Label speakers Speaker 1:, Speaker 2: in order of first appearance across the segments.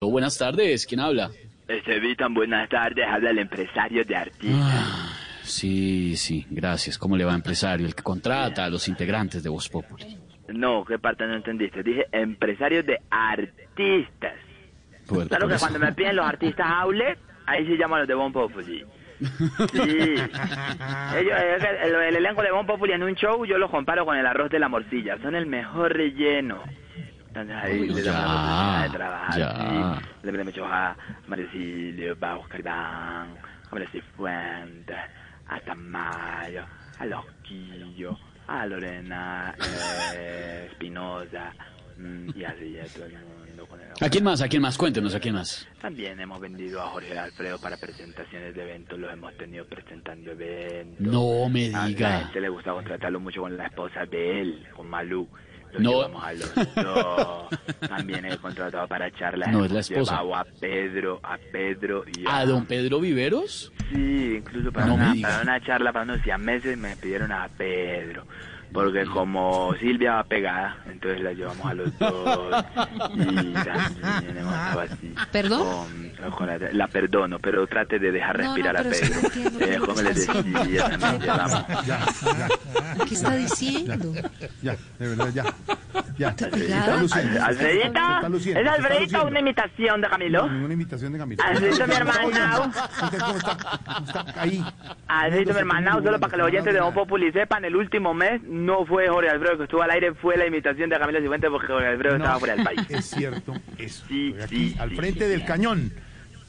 Speaker 1: Atlántico. Buenas tardes, ¿quién habla?
Speaker 2: Estevitan, Este, buenas tardes. Habla el empresario de artistas.
Speaker 1: Ah, Sí, sí, gracias. ¿Cómo le va, empresario? El que contrata a los integrantes de Voz Populi.
Speaker 2: No, qué parte no entendiste. Dije empresario de artistas.
Speaker 1: Por-
Speaker 2: Claro
Speaker 1: por
Speaker 2: que
Speaker 1: eso.
Speaker 2: cuando me piden los artistas outlet, ahí se llaman los de Bon Populi. Sí. Ellos, es que el, el elenco de Bon Populi en un show yo lo comparo con el arroz de la morcilla. Son el mejor relleno. Entonces ahí
Speaker 1: Bueno,
Speaker 2: le damos la
Speaker 1: ya,
Speaker 2: oportunidad de trabajar.
Speaker 1: ya.
Speaker 2: sí. Le ponemos a Maricilio, a Oscar Iván, a Maricilio Fuentes, a Tamayo, a Losquillo, a Lorena eh, Espinosa. mm, y así ya todo el mundo con el
Speaker 1: ¿A quién más? ¿A quién más? Cuéntenos, ¿a quién más?
Speaker 2: también hemos vendido a Jorge Alfredo para presentaciones de eventos, los hemos tenido presentando eventos.
Speaker 1: No me
Speaker 2: A la
Speaker 1: diga.
Speaker 2: gente le gusta contratarlo mucho con la esposa de él, con Malú. Lo
Speaker 1: No.
Speaker 2: llevamos a los dos. También he contratado para charlas.
Speaker 1: No, es
Speaker 2: hemos
Speaker 1: la esposa.
Speaker 2: Llevado a Pedro, a Pedro y
Speaker 1: ¿A don Pedro Viveros?
Speaker 2: Sí, incluso para,
Speaker 1: No me
Speaker 2: una,
Speaker 1: digas.
Speaker 2: para una charla para unos 100 meses me pidieron a Pedro. Porque como Silvia va pegada, entonces la llevamos a los dos. Y también hemos estado así.
Speaker 3: Ah. ¿Perdón?
Speaker 2: Con- con la, la perdono, pero trate de dejar
Speaker 3: No, no,
Speaker 2: respirar
Speaker 3: pero
Speaker 2: a
Speaker 3: sí
Speaker 2: Pedro.
Speaker 3: entiendo
Speaker 2: Eh,
Speaker 3: lo que
Speaker 2: como les
Speaker 3: está haciendo.
Speaker 2: decía, también llevamos.
Speaker 3: ¿Qué está diciendo?
Speaker 4: Ya, de verdad, ya. Ya. Se
Speaker 3: pegada?
Speaker 4: está luciendo, se está- se
Speaker 2: ¿Alfredita?
Speaker 4: está luciendo,
Speaker 2: ¿Es
Speaker 4: se está
Speaker 2: Alfredita
Speaker 4: luciendo.
Speaker 2: una imitación de Camilo?
Speaker 4: Ninguna imitación de Camilo.
Speaker 2: Alfredito, mi hermano.
Speaker 4: Usted ¿Cómo está? ¿Cómo está? Ahí.
Speaker 2: Alfredito, mi hermano, solo para que los oyentes de Don
Speaker 4: Popo.
Speaker 2: Populi sepan, el último mes no fue Jorge Alfredo que estuvo al aire, fue la imitación de Camilo Cifuentes porque Jorge Alfredo estaba fuera del país.
Speaker 4: Es cierto, eso.
Speaker 2: Sí,
Speaker 4: Estoy
Speaker 2: sí,
Speaker 4: aquí, al
Speaker 2: sí,
Speaker 4: frente
Speaker 2: sí,
Speaker 4: del
Speaker 2: sí.
Speaker 4: cañón.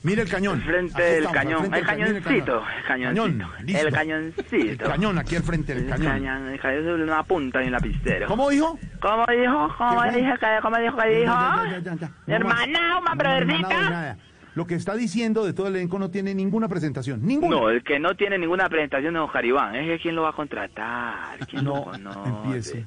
Speaker 4: Mira el cañón.
Speaker 2: Frente
Speaker 4: Aquí
Speaker 2: del
Speaker 4: estamos, al
Speaker 2: cañón.
Speaker 4: frente
Speaker 2: El
Speaker 4: del cañón, mira
Speaker 2: cañoncito, el cañoncito,
Speaker 4: Cañón,
Speaker 2: el
Speaker 4: listo.
Speaker 2: cañoncito.
Speaker 4: El cañón, aquí al frente del
Speaker 2: El
Speaker 4: cañón.
Speaker 2: cañón, el cañón es una punta y un lapicero.
Speaker 4: ¿Cómo dijo?
Speaker 2: ¿Cómo dijo? ¿Cómo
Speaker 4: ¿Qué fue?
Speaker 2: dijo? que- ¿Cómo dijo? que dijo?
Speaker 4: Ya, ya, ya, ya, ya.
Speaker 2: Mi
Speaker 4: No más.
Speaker 2: hermana, una
Speaker 4: No, no, no, nada de
Speaker 2: brothercita.
Speaker 4: nada. Lo que está diciendo de todo el elenco no tiene ninguna presentación. Ninguna.
Speaker 2: No, el que no tiene ninguna presentación es Oscar Iván. Es que quién lo va a contratar, quién lo
Speaker 4: No,
Speaker 2: conoce.
Speaker 4: empiece.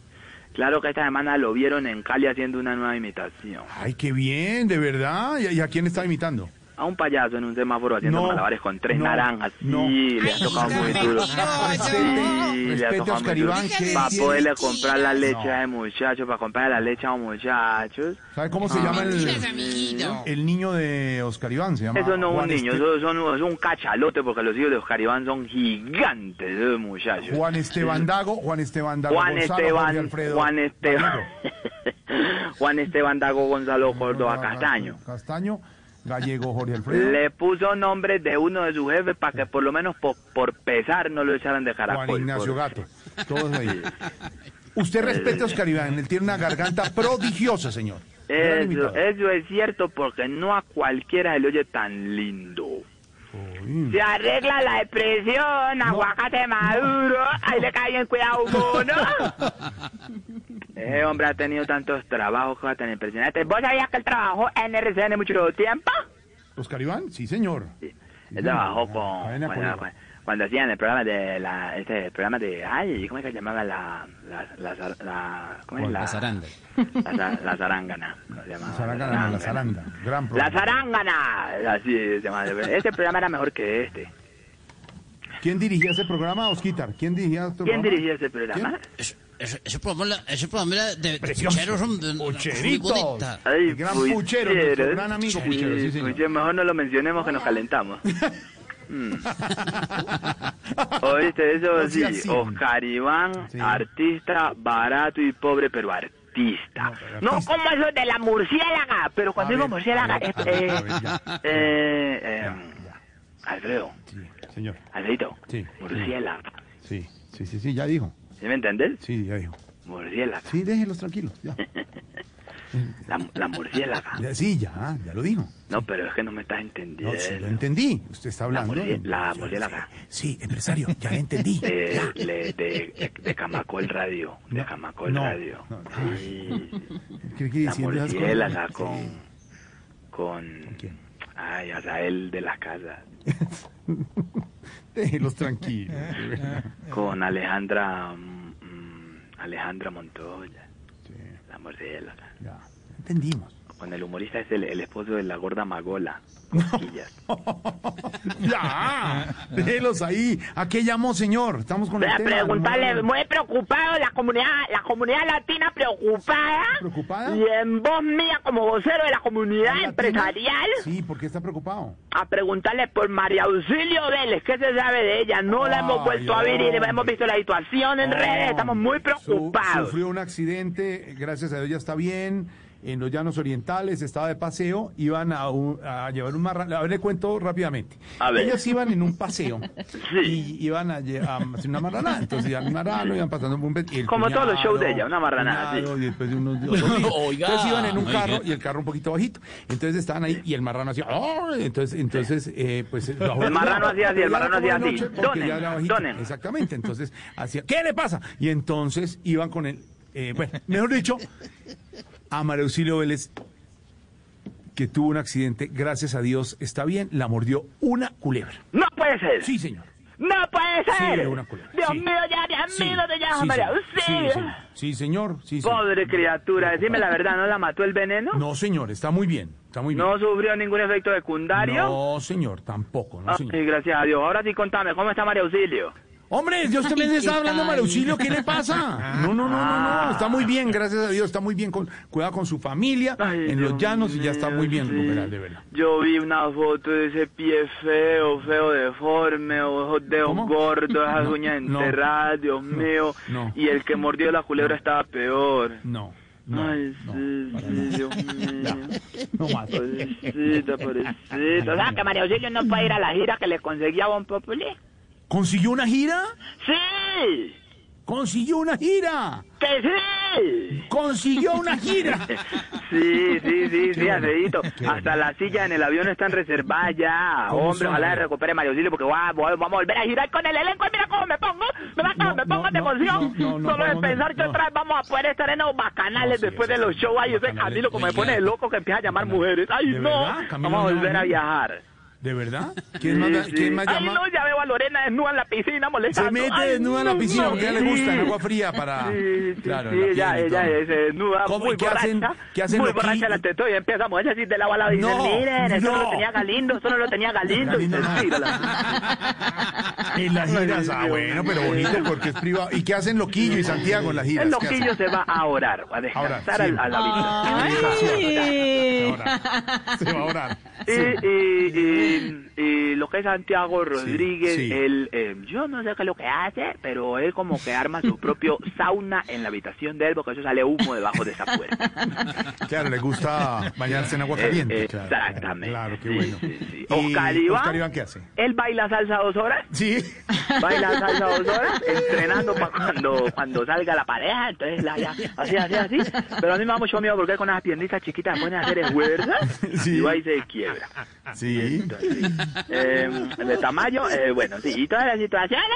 Speaker 2: Claro que esta semana lo vieron en Cali haciendo una nueva imitación.
Speaker 4: Ay, qué bien, de verdad. ¿Y, y a quién está imitando?
Speaker 2: A un payaso en un semáforo haciendo
Speaker 4: No,
Speaker 2: malabares con tres
Speaker 4: no,
Speaker 2: naranjas.
Speaker 4: no.
Speaker 2: Sí, le ha
Speaker 5: Ay,
Speaker 2: tocado
Speaker 5: no,
Speaker 2: muy duro.
Speaker 5: mentiroso.
Speaker 2: Sí, le ha
Speaker 4: Respete a
Speaker 2: tocado
Speaker 4: Oscar
Speaker 2: muy duro.
Speaker 4: Iván, que
Speaker 2: Para
Speaker 4: él
Speaker 2: poderle
Speaker 5: tiene-
Speaker 2: comprar la leche
Speaker 4: No.
Speaker 2: a muchachos, para comprar la leche a muchachos.
Speaker 4: ¿Sabe cómo
Speaker 2: Ah.
Speaker 4: se llama
Speaker 5: Mentiras,
Speaker 4: el,
Speaker 5: amiguito.
Speaker 4: el niño de Oscar Iván? Se llama
Speaker 2: Eso no es un
Speaker 4: Juan
Speaker 2: niño,
Speaker 4: Este-
Speaker 2: eso son, es un cachalote, porque los hijos de Oscar Iván son gigantes, esos muchachos.
Speaker 4: Juan Esteban Dago, Juan Esteban Dago,
Speaker 2: Juan
Speaker 4: Gonzalo, Jorge
Speaker 2: Esteban,
Speaker 4: Alfredo.
Speaker 2: Juan Esteban, Juan Esteban Dago Gonzalo Córdoba
Speaker 4: Gallego,
Speaker 2: Castaño.
Speaker 4: Castaño, Gallego, Jorge Alfredo.
Speaker 2: Le puso nombre de uno de sus jefes para que por lo menos po- por, pesar no lo echaran de caracol.
Speaker 4: Juan Ignacio
Speaker 2: por-
Speaker 4: Gato. Todos ahí. Usted respeta a Oscar Iván, él tiene una garganta prodigiosa, señor. Gran
Speaker 2: Eso,
Speaker 4: imitador.
Speaker 2: eso es cierto porque no a cualquiera se le oye tan lindo. Se arregla la depresión, aguacate maduro, ahí le cae en cuidado mono. Ese hombre ha tenido tantos trabajos que va tan impresionante. ¿Vos sabías que él trabajó en RCN mucho tiempo?
Speaker 4: ¿Oscar Iván? Sí, señor.
Speaker 2: Sí. Él trabajó con,
Speaker 4: Cadena
Speaker 2: cuando,
Speaker 4: Color.
Speaker 2: cuando hacían el programa de la, este programa de, ay, ¿cómo es que se llamaba la, la, la, zar- la- ¿cómo es la?
Speaker 6: La zaranda.
Speaker 2: La, za- la zarangana. ¿cómo se llamaba?
Speaker 4: La zarangana, no, la zaranda. Gran
Speaker 2: La
Speaker 4: programa.
Speaker 2: zarangana. Así se llamaba. Este programa era mejor que este.
Speaker 4: ¿Quién dirigía ese programa, Osquitar? ¿Quién dirigía este
Speaker 2: ¿Quién
Speaker 4: programa?
Speaker 2: dirigía ese programa?
Speaker 6: Ese, ese- ese programa, era- ese programa era de
Speaker 4: Precioso.
Speaker 6: pucheros, hombre, una cosa muy
Speaker 4: Pucheritos.
Speaker 6: bonita.
Speaker 2: Ay,
Speaker 4: El gran puchero, nuestro gran amigo
Speaker 2: Sí,
Speaker 4: puchero, sí, señor.
Speaker 2: puchero, mejor no lo mencionemos que nos calentamos. Mm. Oíste, eso
Speaker 4: No
Speaker 2: sí,
Speaker 4: sea así.
Speaker 2: Oscar Iván,
Speaker 4: Sí.
Speaker 2: artista barato y pobre, pero artista.
Speaker 4: No, pero
Speaker 2: No,
Speaker 4: artista.
Speaker 2: como eso de la murciélaga, pero cuando
Speaker 4: A
Speaker 2: digo
Speaker 4: ver,
Speaker 2: murciélaga
Speaker 4: a ver,
Speaker 2: es...
Speaker 4: a ver,
Speaker 2: Eh,
Speaker 4: a ver, ya, ya.
Speaker 2: eh, eh,
Speaker 4: ya.
Speaker 2: Alfredo,
Speaker 4: Sí, señor.
Speaker 2: Alfredito,
Speaker 4: Sí.
Speaker 2: murciélaga.
Speaker 4: Sí, sí, sí, sí, ya dijo.
Speaker 2: ¿Sí me entendés?
Speaker 4: Sí, ya dijo.
Speaker 2: Murciélaga,
Speaker 4: Sí, déjenlos tranquilos, ya.
Speaker 2: la, la murciélaga.
Speaker 4: Ya, Sí, ya, ya lo dijo.
Speaker 2: No, pero es que no me estás
Speaker 4: No, sí, lo
Speaker 2: entendiendo.
Speaker 4: entendí. Usted está hablando.
Speaker 2: murci- la Eh, murciélaga.
Speaker 4: Sí, empresario, ya entendí.
Speaker 2: de, le- de, de Camacol Radio. De
Speaker 4: No,
Speaker 2: Camacol
Speaker 4: no,
Speaker 2: Radio.
Speaker 4: no, no.
Speaker 2: Sí.
Speaker 4: ¿Qué quiere
Speaker 2: La
Speaker 4: decir de esas cosas?
Speaker 2: murciélaga ah, con. Con.
Speaker 4: quién?
Speaker 2: Ay, Azael de las Casas.
Speaker 4: Déjenlos tranquilos. Eh.
Speaker 2: Con Alejandra. mm, mm, Alejandra Montoya.
Speaker 4: Sí,
Speaker 2: La murciélaga.
Speaker 4: ya. Entendimos.
Speaker 2: con el humorista es el, el esposo de la gorda Magola. Cosquillas.
Speaker 4: ya, déjelos ahí. ¿A qué llamó, señor? Estamos con el
Speaker 5: Para
Speaker 4: tema.
Speaker 5: preguntarle, muy preocupado, la comunidad, la comunidad latina preocupada.
Speaker 4: ¿Preocupada?
Speaker 5: Y en voz mía como vocero de la comunidad
Speaker 4: ¿Latina?
Speaker 5: empresarial,
Speaker 4: Sí, ¿por qué está preocupado?
Speaker 5: a preguntarle por María Auxilio Vélez, ¿qué se sabe de ella? No la hemos
Speaker 4: Ay,
Speaker 5: vuelto a ver y
Speaker 4: hombre.
Speaker 5: hemos visto la situación en redes, estamos muy
Speaker 4: Su-
Speaker 5: preocupados.
Speaker 4: sufrió un accidente, gracias a Dios ya está bien. En los llanos orientales estaba de paseo, iban a, un- a llevar un marrano. A ver, le cuento rápidamente.
Speaker 2: A ver.
Speaker 4: Ellos iban en un paseo y iban a, lle- a hacer una marranada. Entonces iban un marrano, iban pasando un bumbe- y el
Speaker 2: Como todos los
Speaker 4: cuñado,
Speaker 2: shows de ella, una marranada,
Speaker 4: cuñado,
Speaker 2: sí.
Speaker 4: Y después de unos. de otros días.
Speaker 1: Oiga,
Speaker 4: entonces iban en un
Speaker 1: oiga.
Speaker 4: carro y el carro un poquito bajito. Entonces estaban ahí y el marrano hacía. "Arr". Entonces, entonces eh, pues. bajó
Speaker 2: El marrano hacía así, el
Speaker 4: Ya era
Speaker 2: marrano hacía
Speaker 4: como de
Speaker 2: así.
Speaker 4: noche porque
Speaker 2: Donen,
Speaker 4: ya era bajito.
Speaker 2: donen.
Speaker 4: Exactamente, entonces hacía, ¿qué le pasa? Y entonces iban con él, eh, bueno, mejor dicho, a María Auxilio Vélez, que tuvo un accidente, gracias a Dios está bien, la mordió una culebra.
Speaker 5: No puede ser.
Speaker 4: Sí, señor.
Speaker 5: No puede ser.
Speaker 4: Sí, una culebra,
Speaker 5: Dios
Speaker 4: sí.
Speaker 5: mío, ya, Dios
Speaker 4: Sí,
Speaker 5: mío, te llamo
Speaker 4: sí,
Speaker 5: María
Speaker 4: señor. Sí,
Speaker 5: Auxilio.
Speaker 4: señor. Sí, señor. Sí, señor.
Speaker 2: Pobre criatura, decime la verdad, ¿no la mató el veneno?
Speaker 4: No, señor, está muy bien, está muy bien.
Speaker 2: ¿No sufrió ningún efecto secundario?
Speaker 4: No, señor, tampoco, no,
Speaker 2: Ay,
Speaker 4: señor.
Speaker 2: gracias a Dios. Ahora sí, contame, ¿cómo está María Auxilio?
Speaker 4: Hombre, yo también
Speaker 3: Ay, qué
Speaker 4: estaba hablando a María
Speaker 3: tal.
Speaker 4: Auxilio, ¿qué le pasa? No, no, no, no, no, está muy bien, gracias a Dios, está muy bien, con, cuidado con su familia,
Speaker 2: Ay,
Speaker 4: en los
Speaker 2: Dios
Speaker 4: llanos, y ya está
Speaker 2: mío,
Speaker 4: muy bien
Speaker 2: sí.
Speaker 4: recuperada, de verdad.
Speaker 2: Yo vi una foto de ese pie feo, feo, deforme, ojos de
Speaker 4: ¿Cómo?
Speaker 2: gordos, esas
Speaker 4: No,
Speaker 2: uñas
Speaker 4: no,
Speaker 2: enterradas, Dios mío.
Speaker 4: no.
Speaker 2: Y el que mordió la culebra estaba peor.
Speaker 4: No, no,
Speaker 2: Ay,
Speaker 4: no,
Speaker 2: sí,
Speaker 4: para
Speaker 2: sí,
Speaker 4: nada.
Speaker 2: Dios mío.
Speaker 4: no más.
Speaker 2: Pobrecita, pobrecita.
Speaker 5: O sea, que María Auxilio no puede ir a la gira que le conseguía a Bon Populi.
Speaker 4: ¿Consiguió una gira?
Speaker 5: Sí,
Speaker 4: ¡Consiguió una gira!
Speaker 5: que sí.
Speaker 4: ¡Consiguió una gira!
Speaker 2: Sí, sí, sí, sí,
Speaker 4: bueno,
Speaker 2: Alfredito.
Speaker 4: qué
Speaker 2: Hasta las sillas en el avión están reservadas ya.
Speaker 4: ¿Cómo
Speaker 2: Hombre,
Speaker 4: son,
Speaker 2: ojalá se
Speaker 4: María?
Speaker 2: recupere Mario Auxilio porque guau, guau, vamos a volver a
Speaker 5: Para girar con el elenco, mira cómo me pongo. Me, va-
Speaker 4: No,
Speaker 5: me
Speaker 4: no,
Speaker 5: pongo de
Speaker 4: no,
Speaker 5: emoción.
Speaker 4: no, no, no
Speaker 5: Solo de
Speaker 4: podemos,
Speaker 5: pensar que
Speaker 4: no.
Speaker 5: otra vez vamos a poder estar en los bacanales
Speaker 4: No, sí,
Speaker 5: después
Speaker 4: sí,
Speaker 5: de los
Speaker 4: sí,
Speaker 5: shows. Ay, ese
Speaker 4: bacanales.
Speaker 5: Camilo, como me
Speaker 1: Oiga.
Speaker 5: pone loco que empieza a llamar mujeres. Ay,
Speaker 4: ¿De
Speaker 5: no.
Speaker 4: verdad? Camilo
Speaker 5: Vamos a
Speaker 4: no
Speaker 5: volver a
Speaker 4: llama.
Speaker 5: viajar.
Speaker 4: ¿De verdad? ¿Quién más,
Speaker 2: Sí,
Speaker 4: ¿quién
Speaker 2: sí.
Speaker 4: más
Speaker 5: Ay,
Speaker 4: llama?
Speaker 5: no, ya veo a Lorena desnuda en la piscina molestando.
Speaker 4: Se mete
Speaker 5: Ay,
Speaker 4: desnuda en la
Speaker 5: no,
Speaker 4: piscina
Speaker 5: no.
Speaker 4: porque a ella le gusta el agua fría para...
Speaker 2: Sí, sí, sí,
Speaker 4: Ah,
Speaker 2: ella,
Speaker 4: la piel y
Speaker 2: ella
Speaker 4: todo.
Speaker 2: es desnuda,
Speaker 4: ¿Cómo?
Speaker 2: muy
Speaker 4: ¿Y qué hacen-
Speaker 2: borracha,
Speaker 4: qué hacen
Speaker 2: muy
Speaker 4: aquí?
Speaker 2: borracha la teto y empieza a moverse así de lado a lado y dice,
Speaker 4: No,
Speaker 2: miren, eso no
Speaker 4: no.
Speaker 2: lo tenía Galindo, eso no lo tenía Galindo, y
Speaker 4: Galindo
Speaker 2: se
Speaker 4: no.
Speaker 2: tira la-
Speaker 4: En las giras, ah, bueno, pero bonito porque es privado. ¿Y qué hacen Loquillo y Santiago en las giras?
Speaker 2: El
Speaker 4: ¿Qué hacen?
Speaker 2: loquillo se va a orar, a
Speaker 4: Orar,
Speaker 2: descansar
Speaker 4: sí.
Speaker 2: al- a la vida.
Speaker 4: Se va a orar. Se va a orar.
Speaker 2: Y, y- y- y lo que es Santiago Rodríguez,
Speaker 4: sí.
Speaker 2: él, eh, yo no sé qué es lo que hace, pero él como que arma su propio sauna en la habitación de él, porque eso sale humo debajo de esa puerta.
Speaker 4: Claro, le gusta bañarse en agua caliente.
Speaker 2: Eh,
Speaker 4: claro,
Speaker 2: exactamente.
Speaker 4: Claro, qué
Speaker 2: Sí,
Speaker 4: bueno.
Speaker 2: sí, sí.
Speaker 4: ¿Y
Speaker 2: Oscar Iván?
Speaker 4: Oscar Iván qué hace?
Speaker 2: Él baila salsa dos horas,
Speaker 4: Sí.
Speaker 2: baila salsa dos horas, entrenando para cuando, cuando salga la pareja, entonces la, ya, así, así, así. Pero a mí me da mucho miedo porque él con esas piernitas chiquitas se pone a hacer esfuerzos
Speaker 4: Sí.
Speaker 2: y va y se quiebra.
Speaker 4: Sí.
Speaker 2: Eh, de Tamayo, eh, bueno, sí, y todas las situaciones.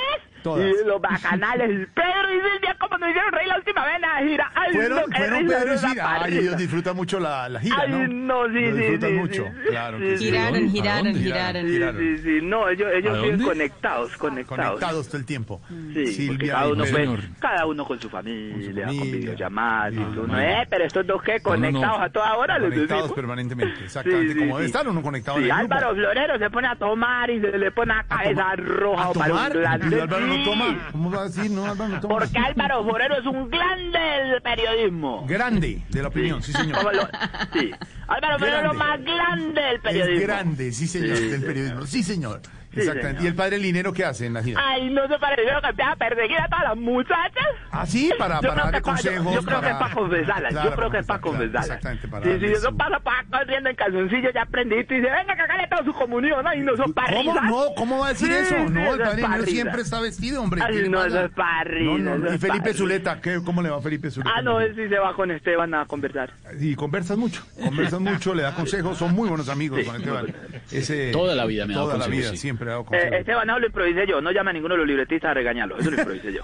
Speaker 4: Todas.
Speaker 2: Y los bacanales, Pedro y Silvia, como nos hicieron reír la última vez en la gira. Ay,
Speaker 4: Fueron,
Speaker 2: no, qué
Speaker 4: fueron
Speaker 2: risa,
Speaker 4: Pedro y
Speaker 2: esa
Speaker 4: Sira. Ay,
Speaker 2: parrilla.
Speaker 4: ellos disfrutan mucho la, la gira,
Speaker 2: Ay,
Speaker 4: ¿no?
Speaker 2: no, sí,
Speaker 4: Lo
Speaker 2: sí,
Speaker 4: disfrutan
Speaker 2: sí,
Speaker 4: mucho.
Speaker 2: sí,
Speaker 4: Claro
Speaker 2: sí,
Speaker 4: que sí.
Speaker 3: Giraron,
Speaker 4: ¿A dónde?
Speaker 3: giraron, giraron.
Speaker 2: Sí, sí, sí, no, ellos, ellos
Speaker 1: ¿A
Speaker 2: siguen
Speaker 1: dónde?
Speaker 2: conectados, conectados.
Speaker 4: Conectados todo el tiempo.
Speaker 2: Sí, porque
Speaker 4: Silvia
Speaker 2: cada
Speaker 4: y
Speaker 2: uno,
Speaker 4: Pedro.
Speaker 2: pues,
Speaker 1: señor.
Speaker 2: cada uno con su familia, con,
Speaker 4: familia,
Speaker 2: videollamadas. y
Speaker 4: videollamadas.
Speaker 2: uno, eh, pero estos dos que
Speaker 1: no, no.
Speaker 2: conectados a toda hora, les
Speaker 4: Conectados
Speaker 2: decimos.
Speaker 4: permanentemente. Exactamente.
Speaker 2: Sí, sí,
Speaker 4: como debe
Speaker 2: sí.
Speaker 4: estar uno conectado
Speaker 2: Sí,
Speaker 4: en el grupo.
Speaker 2: Álvaro Florero se pone a tomar y se le pone a cabeza roja
Speaker 4: ¿A
Speaker 2: o para un
Speaker 4: tomar?
Speaker 2: glande.
Speaker 4: Pero Álvaro no
Speaker 2: Sí,
Speaker 4: toma. ¿Cómo va a decir? No, Álvaro no toma.
Speaker 5: Porque Álvaro Forero es un grande del periodismo.
Speaker 4: Grande de la opinión, sí, señor.
Speaker 2: como lo- sí.
Speaker 5: Álvaro Forero es lo
Speaker 4: Grande.
Speaker 5: más grande del
Speaker 4: Es
Speaker 5: periodismo.
Speaker 4: grande, sí, señor, del periodismo. Sí, señor. Exactamente.
Speaker 2: señor. Ah,
Speaker 4: ¿Y el padre Linero qué hace en la gira?
Speaker 5: Ay, no se parece que empieza a perseguir a todas las muchachas.
Speaker 4: Ah, sí, para,
Speaker 2: Yo
Speaker 4: para
Speaker 2: creo que
Speaker 4: darle
Speaker 2: pa- yo-
Speaker 4: consejos.
Speaker 2: Yo creo que es
Speaker 4: para-
Speaker 2: para confesarla.
Speaker 4: Claro,
Speaker 2: yo creo que es para
Speaker 4: claro,
Speaker 2: confesarla.
Speaker 4: Exactamente, para
Speaker 2: Sí,
Speaker 4: darle
Speaker 2: sí, eso
Speaker 4: su-
Speaker 2: pasa para corriendo en calzoncillo, ya aprendiste y dice, venga, que acá le todo su comunión, ¿no? Y no son para
Speaker 4: ¿Cómo
Speaker 2: risa.
Speaker 4: no? ¿Cómo va a decir
Speaker 2: Sí, sí,
Speaker 4: eso? No, el
Speaker 2: es
Speaker 4: padre
Speaker 2: pa'
Speaker 4: Linero
Speaker 2: risa.
Speaker 4: siempre está vestido, hombre.
Speaker 2: Ay,
Speaker 4: ¿qué le
Speaker 2: no,
Speaker 4: pasa?
Speaker 2: eso es pa' risa,
Speaker 4: No, no,
Speaker 2: eso
Speaker 4: Y
Speaker 2: es pa'
Speaker 4: Felipe
Speaker 2: risa.
Speaker 4: Zuleta, ¿qué, ¿cómo le va a Felipe Zuleta?
Speaker 2: Ah, no, él sí se va con Esteban a conversar.
Speaker 4: Y conversas mucho, conversas mucho, le da consejos, son muy buenos amigos con Esteban. Ese,
Speaker 1: Toda la vida me ha dado
Speaker 4: Toda la
Speaker 1: consejos,
Speaker 4: vida,
Speaker 1: sí.
Speaker 4: siempre ha dado consejos.
Speaker 2: Eh, Esteban, no lo improvisé yo. No llame a ninguno de los libretistas a regañarlo. Eso lo improvisé yo.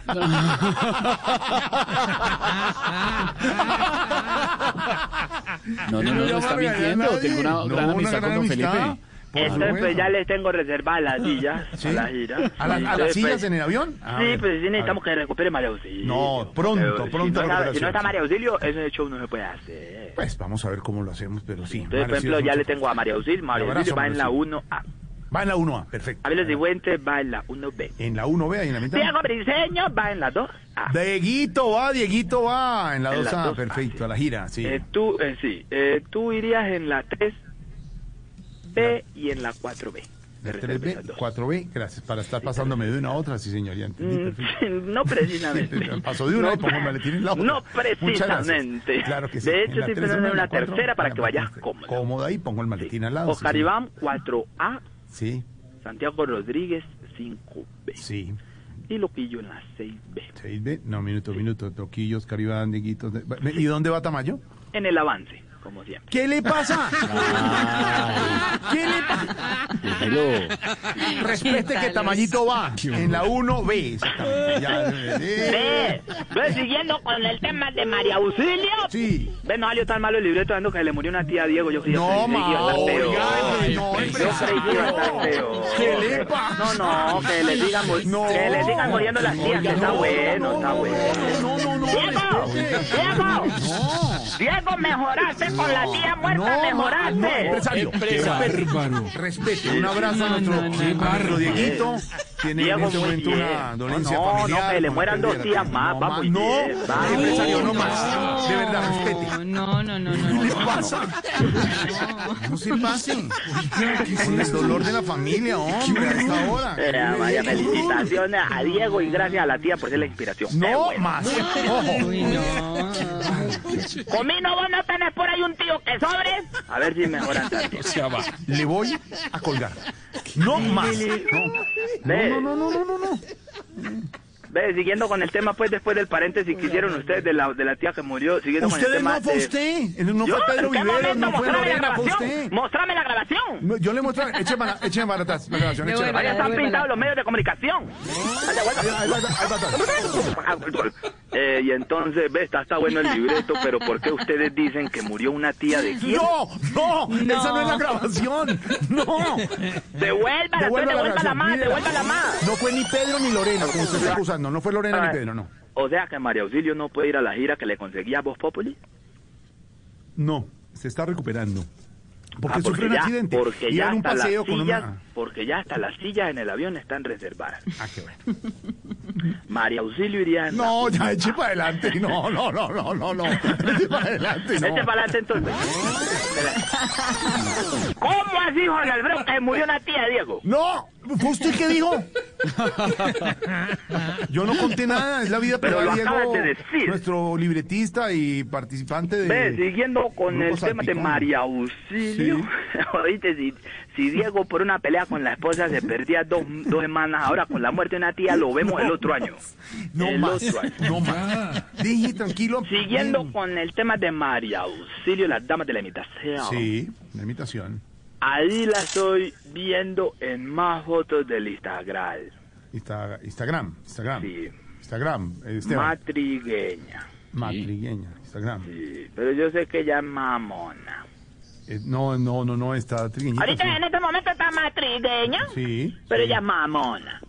Speaker 1: No, no, no, no está mintiendo. Tengo una gran amistad con don Felipe.
Speaker 2: Entonces, pues
Speaker 4: supuesto.
Speaker 2: ya les tengo reservadas las sillas
Speaker 4: ¿Sí?
Speaker 2: a la gira.
Speaker 4: ¿A, la-
Speaker 2: Sí,
Speaker 4: a las
Speaker 2: entonces,
Speaker 4: sillas
Speaker 2: pues,
Speaker 4: en el avión? A
Speaker 2: Sí,
Speaker 4: ver,
Speaker 2: pues sí
Speaker 4: Ah, a
Speaker 2: necesitamos que
Speaker 4: ver.
Speaker 2: recupere María Auxilio.
Speaker 4: No, pronto,
Speaker 2: Pero
Speaker 4: pronto
Speaker 2: Si no, está, si no
Speaker 4: recuperación.
Speaker 2: está María Auxilio, ese show no se puede hacer. eh.
Speaker 4: Pues vamos a ver cómo lo hacemos, pero sí.
Speaker 2: Entonces, por
Speaker 4: Mario, sí,
Speaker 2: ejemplo,
Speaker 4: es
Speaker 2: ya
Speaker 4: mucho.
Speaker 2: le tengo a María Auxilio. María
Speaker 4: Un
Speaker 2: Auxilio
Speaker 4: abrazo,
Speaker 2: va en la
Speaker 4: Mario Auxilio.
Speaker 2: 1A.
Speaker 4: Va en la 1A, perfecto.
Speaker 2: Ávila Sigüente va en la 1B.
Speaker 4: En la 1B, ahí en la mitad.
Speaker 2: Diego Briseño va en la 2A.
Speaker 4: Dieguito va, Dieguito va. En la
Speaker 2: En la
Speaker 4: 2A,
Speaker 2: 2A,
Speaker 4: perfecto,
Speaker 2: sí.
Speaker 4: a la gira, sí.
Speaker 2: Eh, tú, eh, sí, eh, tú irías en la 3B y en la 4B.
Speaker 4: La
Speaker 2: De reserva esas
Speaker 4: 3B,
Speaker 2: dos.
Speaker 4: 4B, gracias. Para estar pasándome de una a otra, sí, señor. Ya entendí, perfecto.
Speaker 2: Mm, No precisamente.
Speaker 4: Sí, pero paso de una
Speaker 2: no,
Speaker 4: y pongo el maletín en la otra.
Speaker 2: No
Speaker 4: Muchas gracias.
Speaker 2: precisamente.
Speaker 4: Claro que sí.
Speaker 2: De
Speaker 4: En
Speaker 2: hecho,
Speaker 4: la
Speaker 2: estoy
Speaker 4: tres,
Speaker 2: pensando en
Speaker 4: la
Speaker 2: una
Speaker 4: cuatro,
Speaker 2: tercera para
Speaker 4: la
Speaker 2: que vayas
Speaker 4: cuatro.
Speaker 2: cómodo.
Speaker 4: Cómoda ahí, pongo el maletín al lado. sí,
Speaker 2: Oscar
Speaker 4: señor.
Speaker 2: Iván 4A,
Speaker 4: Sí,
Speaker 2: Santiago Rodríguez 5B.
Speaker 4: sí.
Speaker 2: Y lo pillo en la 6B.
Speaker 4: 6B, no, minuto, minuto. Toquillo, Oscar Iván, Dieguito. de- ¿Y dónde va Tamayo?
Speaker 2: En el avance, como siempre.
Speaker 4: ¿Qué le pasa? ¿Qué le pasa?
Speaker 1: Déjelo.
Speaker 4: Respete que Tamayito va. En la 1B, exactamente. Ya, eh,
Speaker 5: Ve, ve siguiendo con el tema de María Auxilio.
Speaker 4: Sí.
Speaker 2: Ve, no salió tan malo el libreto, dando que le murió una tía a Diego. Yo creí
Speaker 4: No,
Speaker 2: creí que iba a
Speaker 4: ma,
Speaker 2: estar feo.
Speaker 4: oiga,
Speaker 2: Ay,
Speaker 4: no,
Speaker 2: Yo creí que iba a estar feo.
Speaker 4: ¿Qué le pasa?
Speaker 2: No, no, que le sigan, mu-
Speaker 4: No.
Speaker 2: que le sigan muriendo las tías, que está bueno, está bueno.
Speaker 4: No, no, no.
Speaker 5: Diego, Diego, Diego, mejoraste con la tía muerta, mejoraste.
Speaker 4: no, empresario.
Speaker 7: Bárbaro.
Speaker 4: Respeto, un abrazo a nuestro, a nuestro Dieguito. Tiene en
Speaker 2: Diego,
Speaker 4: este
Speaker 2: muy
Speaker 4: momento
Speaker 2: bien.
Speaker 4: una dolencia
Speaker 2: No, no,
Speaker 4: familiar.
Speaker 2: que le
Speaker 4: como
Speaker 2: mueran dos
Speaker 4: perdiera.
Speaker 2: días más,
Speaker 4: No,
Speaker 2: vamos,
Speaker 4: No,
Speaker 2: bien. Ay,
Speaker 4: empresario, no
Speaker 2: no.
Speaker 4: más. De verdad, respete.
Speaker 8: No, no, no, no.
Speaker 4: ¿Qué le pasa? No se pasen. Con el dolor de la familia, hombre, a esta hora.
Speaker 2: Pero vaya, felicitaciones a Diego y gracias a la tía por ser la inspiración. Qué
Speaker 4: No
Speaker 2: bueno.
Speaker 4: más. Ojo.
Speaker 8: Uy, no.
Speaker 5: Conmigo vos no tenés por ahí un tío que sobre.
Speaker 2: A ver si mejoran tanto.
Speaker 4: Le voy a colgar. No más.
Speaker 2: Ve,
Speaker 4: No, no, no, no, no, no.
Speaker 2: ve, siguiendo con el tema, pues después del paréntesis que hicieron ustedes de la, de la tía que murió, siguiendo con el
Speaker 4: Ustedes
Speaker 2: tema.
Speaker 4: no fue
Speaker 2: de-
Speaker 4: usted. eh, No
Speaker 2: Yo,
Speaker 4: fue Pedro
Speaker 2: ¿en qué
Speaker 4: Viveros,
Speaker 2: momento?
Speaker 4: no fue
Speaker 2: Mostrame la
Speaker 4: Lorena, fue
Speaker 2: grabación.
Speaker 4: usted.
Speaker 2: Mostrame la grabación.
Speaker 4: No, Yo le muestro, écheme para, écheme para atrás, la grabación,
Speaker 8: Me
Speaker 4: écheme
Speaker 8: voy,
Speaker 4: para
Speaker 2: Ahí
Speaker 4: atrás.
Speaker 2: están pintados los medios de comunicación. Dale vuelta.
Speaker 4: Ahí va, ahí va, ahí va atrás.
Speaker 2: Eh, y entonces, ve, está, está bueno el libreto, pero ¿por qué ustedes dicen que murió una tía de quién?
Speaker 4: No, no, esa no es la grabación. No,
Speaker 5: Devuélvala, tú,
Speaker 4: devuelva la
Speaker 5: devuélvala
Speaker 4: grabación.
Speaker 5: más,
Speaker 4: mírela.
Speaker 5: devuélvala más.
Speaker 4: No fue ni Pedro ni Lorena, como usted está acusando. No fue Lorena ni Pedro, no.
Speaker 2: O sea que María Auxilio no puede ir a la gira que le conseguía a Voz Populi.
Speaker 4: No, se está recuperando. Porque
Speaker 2: Ah,
Speaker 4: sufrió un
Speaker 2: ya-
Speaker 4: accidente.
Speaker 2: porque
Speaker 4: Iba
Speaker 2: ya
Speaker 4: en un
Speaker 2: hasta las
Speaker 4: paseo con
Speaker 2: sillas-
Speaker 4: una.
Speaker 2: Porque ya hasta las sillas en el avión están reservadas.
Speaker 4: Ah, qué bueno.
Speaker 2: María Auxilio iría en
Speaker 4: No, ya eche para adelante. No, no, no, no, no, no. Eche para adelante,
Speaker 2: la... Este
Speaker 4: no.
Speaker 2: para adelante entonces.
Speaker 5: ¿Cómo así, Jorge Alfredo, que murió una tía, Diego?
Speaker 4: No, ¿fue usted qué dijo? Yo no conté nada, es la vida
Speaker 2: Pero
Speaker 4: privada,
Speaker 2: lo acabas
Speaker 4: Diego,
Speaker 2: de decir.
Speaker 4: Nuestro libretista y participante de.
Speaker 2: Ve, siguiendo con
Speaker 4: Grupo
Speaker 2: el tema de
Speaker 4: Salpicón.
Speaker 2: María Auxilio,
Speaker 4: Sí.
Speaker 2: oíste, si, si Diego por una pelea con la esposa se perdía dos, dos semanas, ahora con la muerte de una tía lo vemos el otro año.
Speaker 4: No
Speaker 2: el
Speaker 4: más,
Speaker 2: otro año.
Speaker 4: no más. Dije tranquilo.
Speaker 2: Siguiendo
Speaker 4: Mm.
Speaker 2: con el tema de María Auxilio, las damas de la imitación.
Speaker 4: Sí, una imitación.
Speaker 2: Ahí la estoy viendo en más fotos del Instagram.
Speaker 4: Insta- Instagram, Instagram.
Speaker 2: Sí.
Speaker 4: Instagram, eh, Esteban.
Speaker 2: Matrigueña.
Speaker 4: Matrigueña, Instagram.
Speaker 2: Sí, pero yo sé que ella es mamona.
Speaker 4: Eh, no, no, no, no, está trigueñita.
Speaker 5: Ahorita en este momento está matrigueña,
Speaker 4: Sí,
Speaker 5: pero ella es más mona.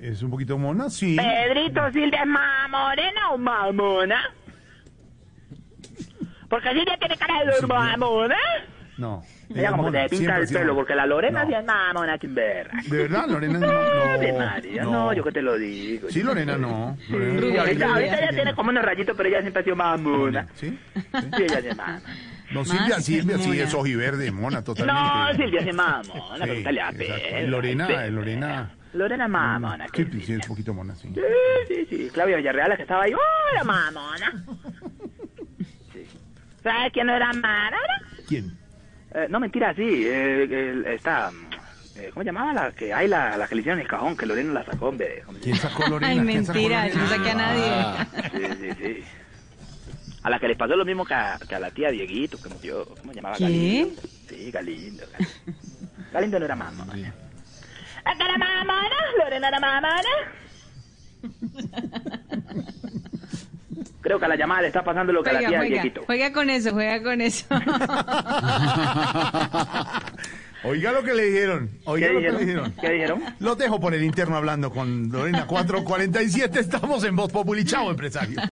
Speaker 4: es un poquito mona, sí.
Speaker 5: Pedrito Silvia es más morena o más mona. Porque Silvia tiene cara de más mona.
Speaker 4: No.
Speaker 2: Ella como que
Speaker 4: mona,
Speaker 2: le pinta
Speaker 4: siempre ha
Speaker 2: el
Speaker 4: sido
Speaker 2: pelo,
Speaker 4: mona.
Speaker 2: porque la Lorena
Speaker 4: No.
Speaker 2: sí es más mona chimberra.
Speaker 4: ¿De verdad, Lorena? No,
Speaker 2: Ah, Ave
Speaker 4: no,
Speaker 2: María, no, yo que te lo digo.
Speaker 4: Sí, Lorena, no. Lorena,
Speaker 2: Sí, ahorita, ahorita ella
Speaker 4: Lorena.
Speaker 2: tiene como unos rayitos, pero ella siempre ha sido mamona.
Speaker 4: ¿Sí?
Speaker 2: Sí, ella se mama.
Speaker 4: No, Silvia,
Speaker 8: Más
Speaker 4: Silvia, sí,
Speaker 8: mona.
Speaker 4: es ojiverde, mona,
Speaker 2: No,
Speaker 4: totalmente. Mm.
Speaker 2: Silvia se mamona,
Speaker 4: Sí,
Speaker 2: pregúntale a
Speaker 4: exacto.
Speaker 2: Pedro.
Speaker 4: Lorena,
Speaker 2: Ay, Pedro.
Speaker 4: Lorena.
Speaker 2: Lorena es mamona.
Speaker 4: Sí,
Speaker 2: que sí.
Speaker 4: sí, es un poquito mona, sí.
Speaker 2: Sí, sí, sí. Claudia Villarreal, la que estaba ahí.
Speaker 5: Hola, mamona. ¿Sabes quién no era mala?
Speaker 4: ¿Quién?
Speaker 2: Eh, no, mentira, sí. Eh, el- esta, eh, ¿Cómo llamaba la que hay la, la que le hicieron el cajón? Que Lorena la sacó, hombre. ¿Cómo se
Speaker 4: ¿Quién sacó a Lorena?
Speaker 8: Ay,
Speaker 4: ¿Quién sacó a
Speaker 8: mentira, yo
Speaker 4: Lorena?
Speaker 8: no saqué a
Speaker 1: Ah.
Speaker 8: nadie.
Speaker 2: Sí, sí, sí. A la que les pasó lo mismo que a, que a la tía Dieguito, que murió. ¿Cómo llamaba?
Speaker 8: ¿Qué?
Speaker 2: Galindo. Sí, Galindo. Galindo, Galindo no era mamá.
Speaker 5: ¿Es que era mamona? ¿Lorena era mamona?
Speaker 2: Creo que a la llamada le está pasando lo que a la
Speaker 8: Juega,
Speaker 2: tía
Speaker 8: juega,
Speaker 2: Dieguito.
Speaker 8: juega con eso, juega con eso.
Speaker 4: Oiga lo que le dijeron. Oiga
Speaker 2: ¿Qué
Speaker 4: lo que le
Speaker 2: dijeron?
Speaker 4: dijeron.
Speaker 2: ¿Qué dijeron?
Speaker 4: Los dejo por el interno hablando con Lorena 447. Estamos en Voz Populi. Chao, empresario.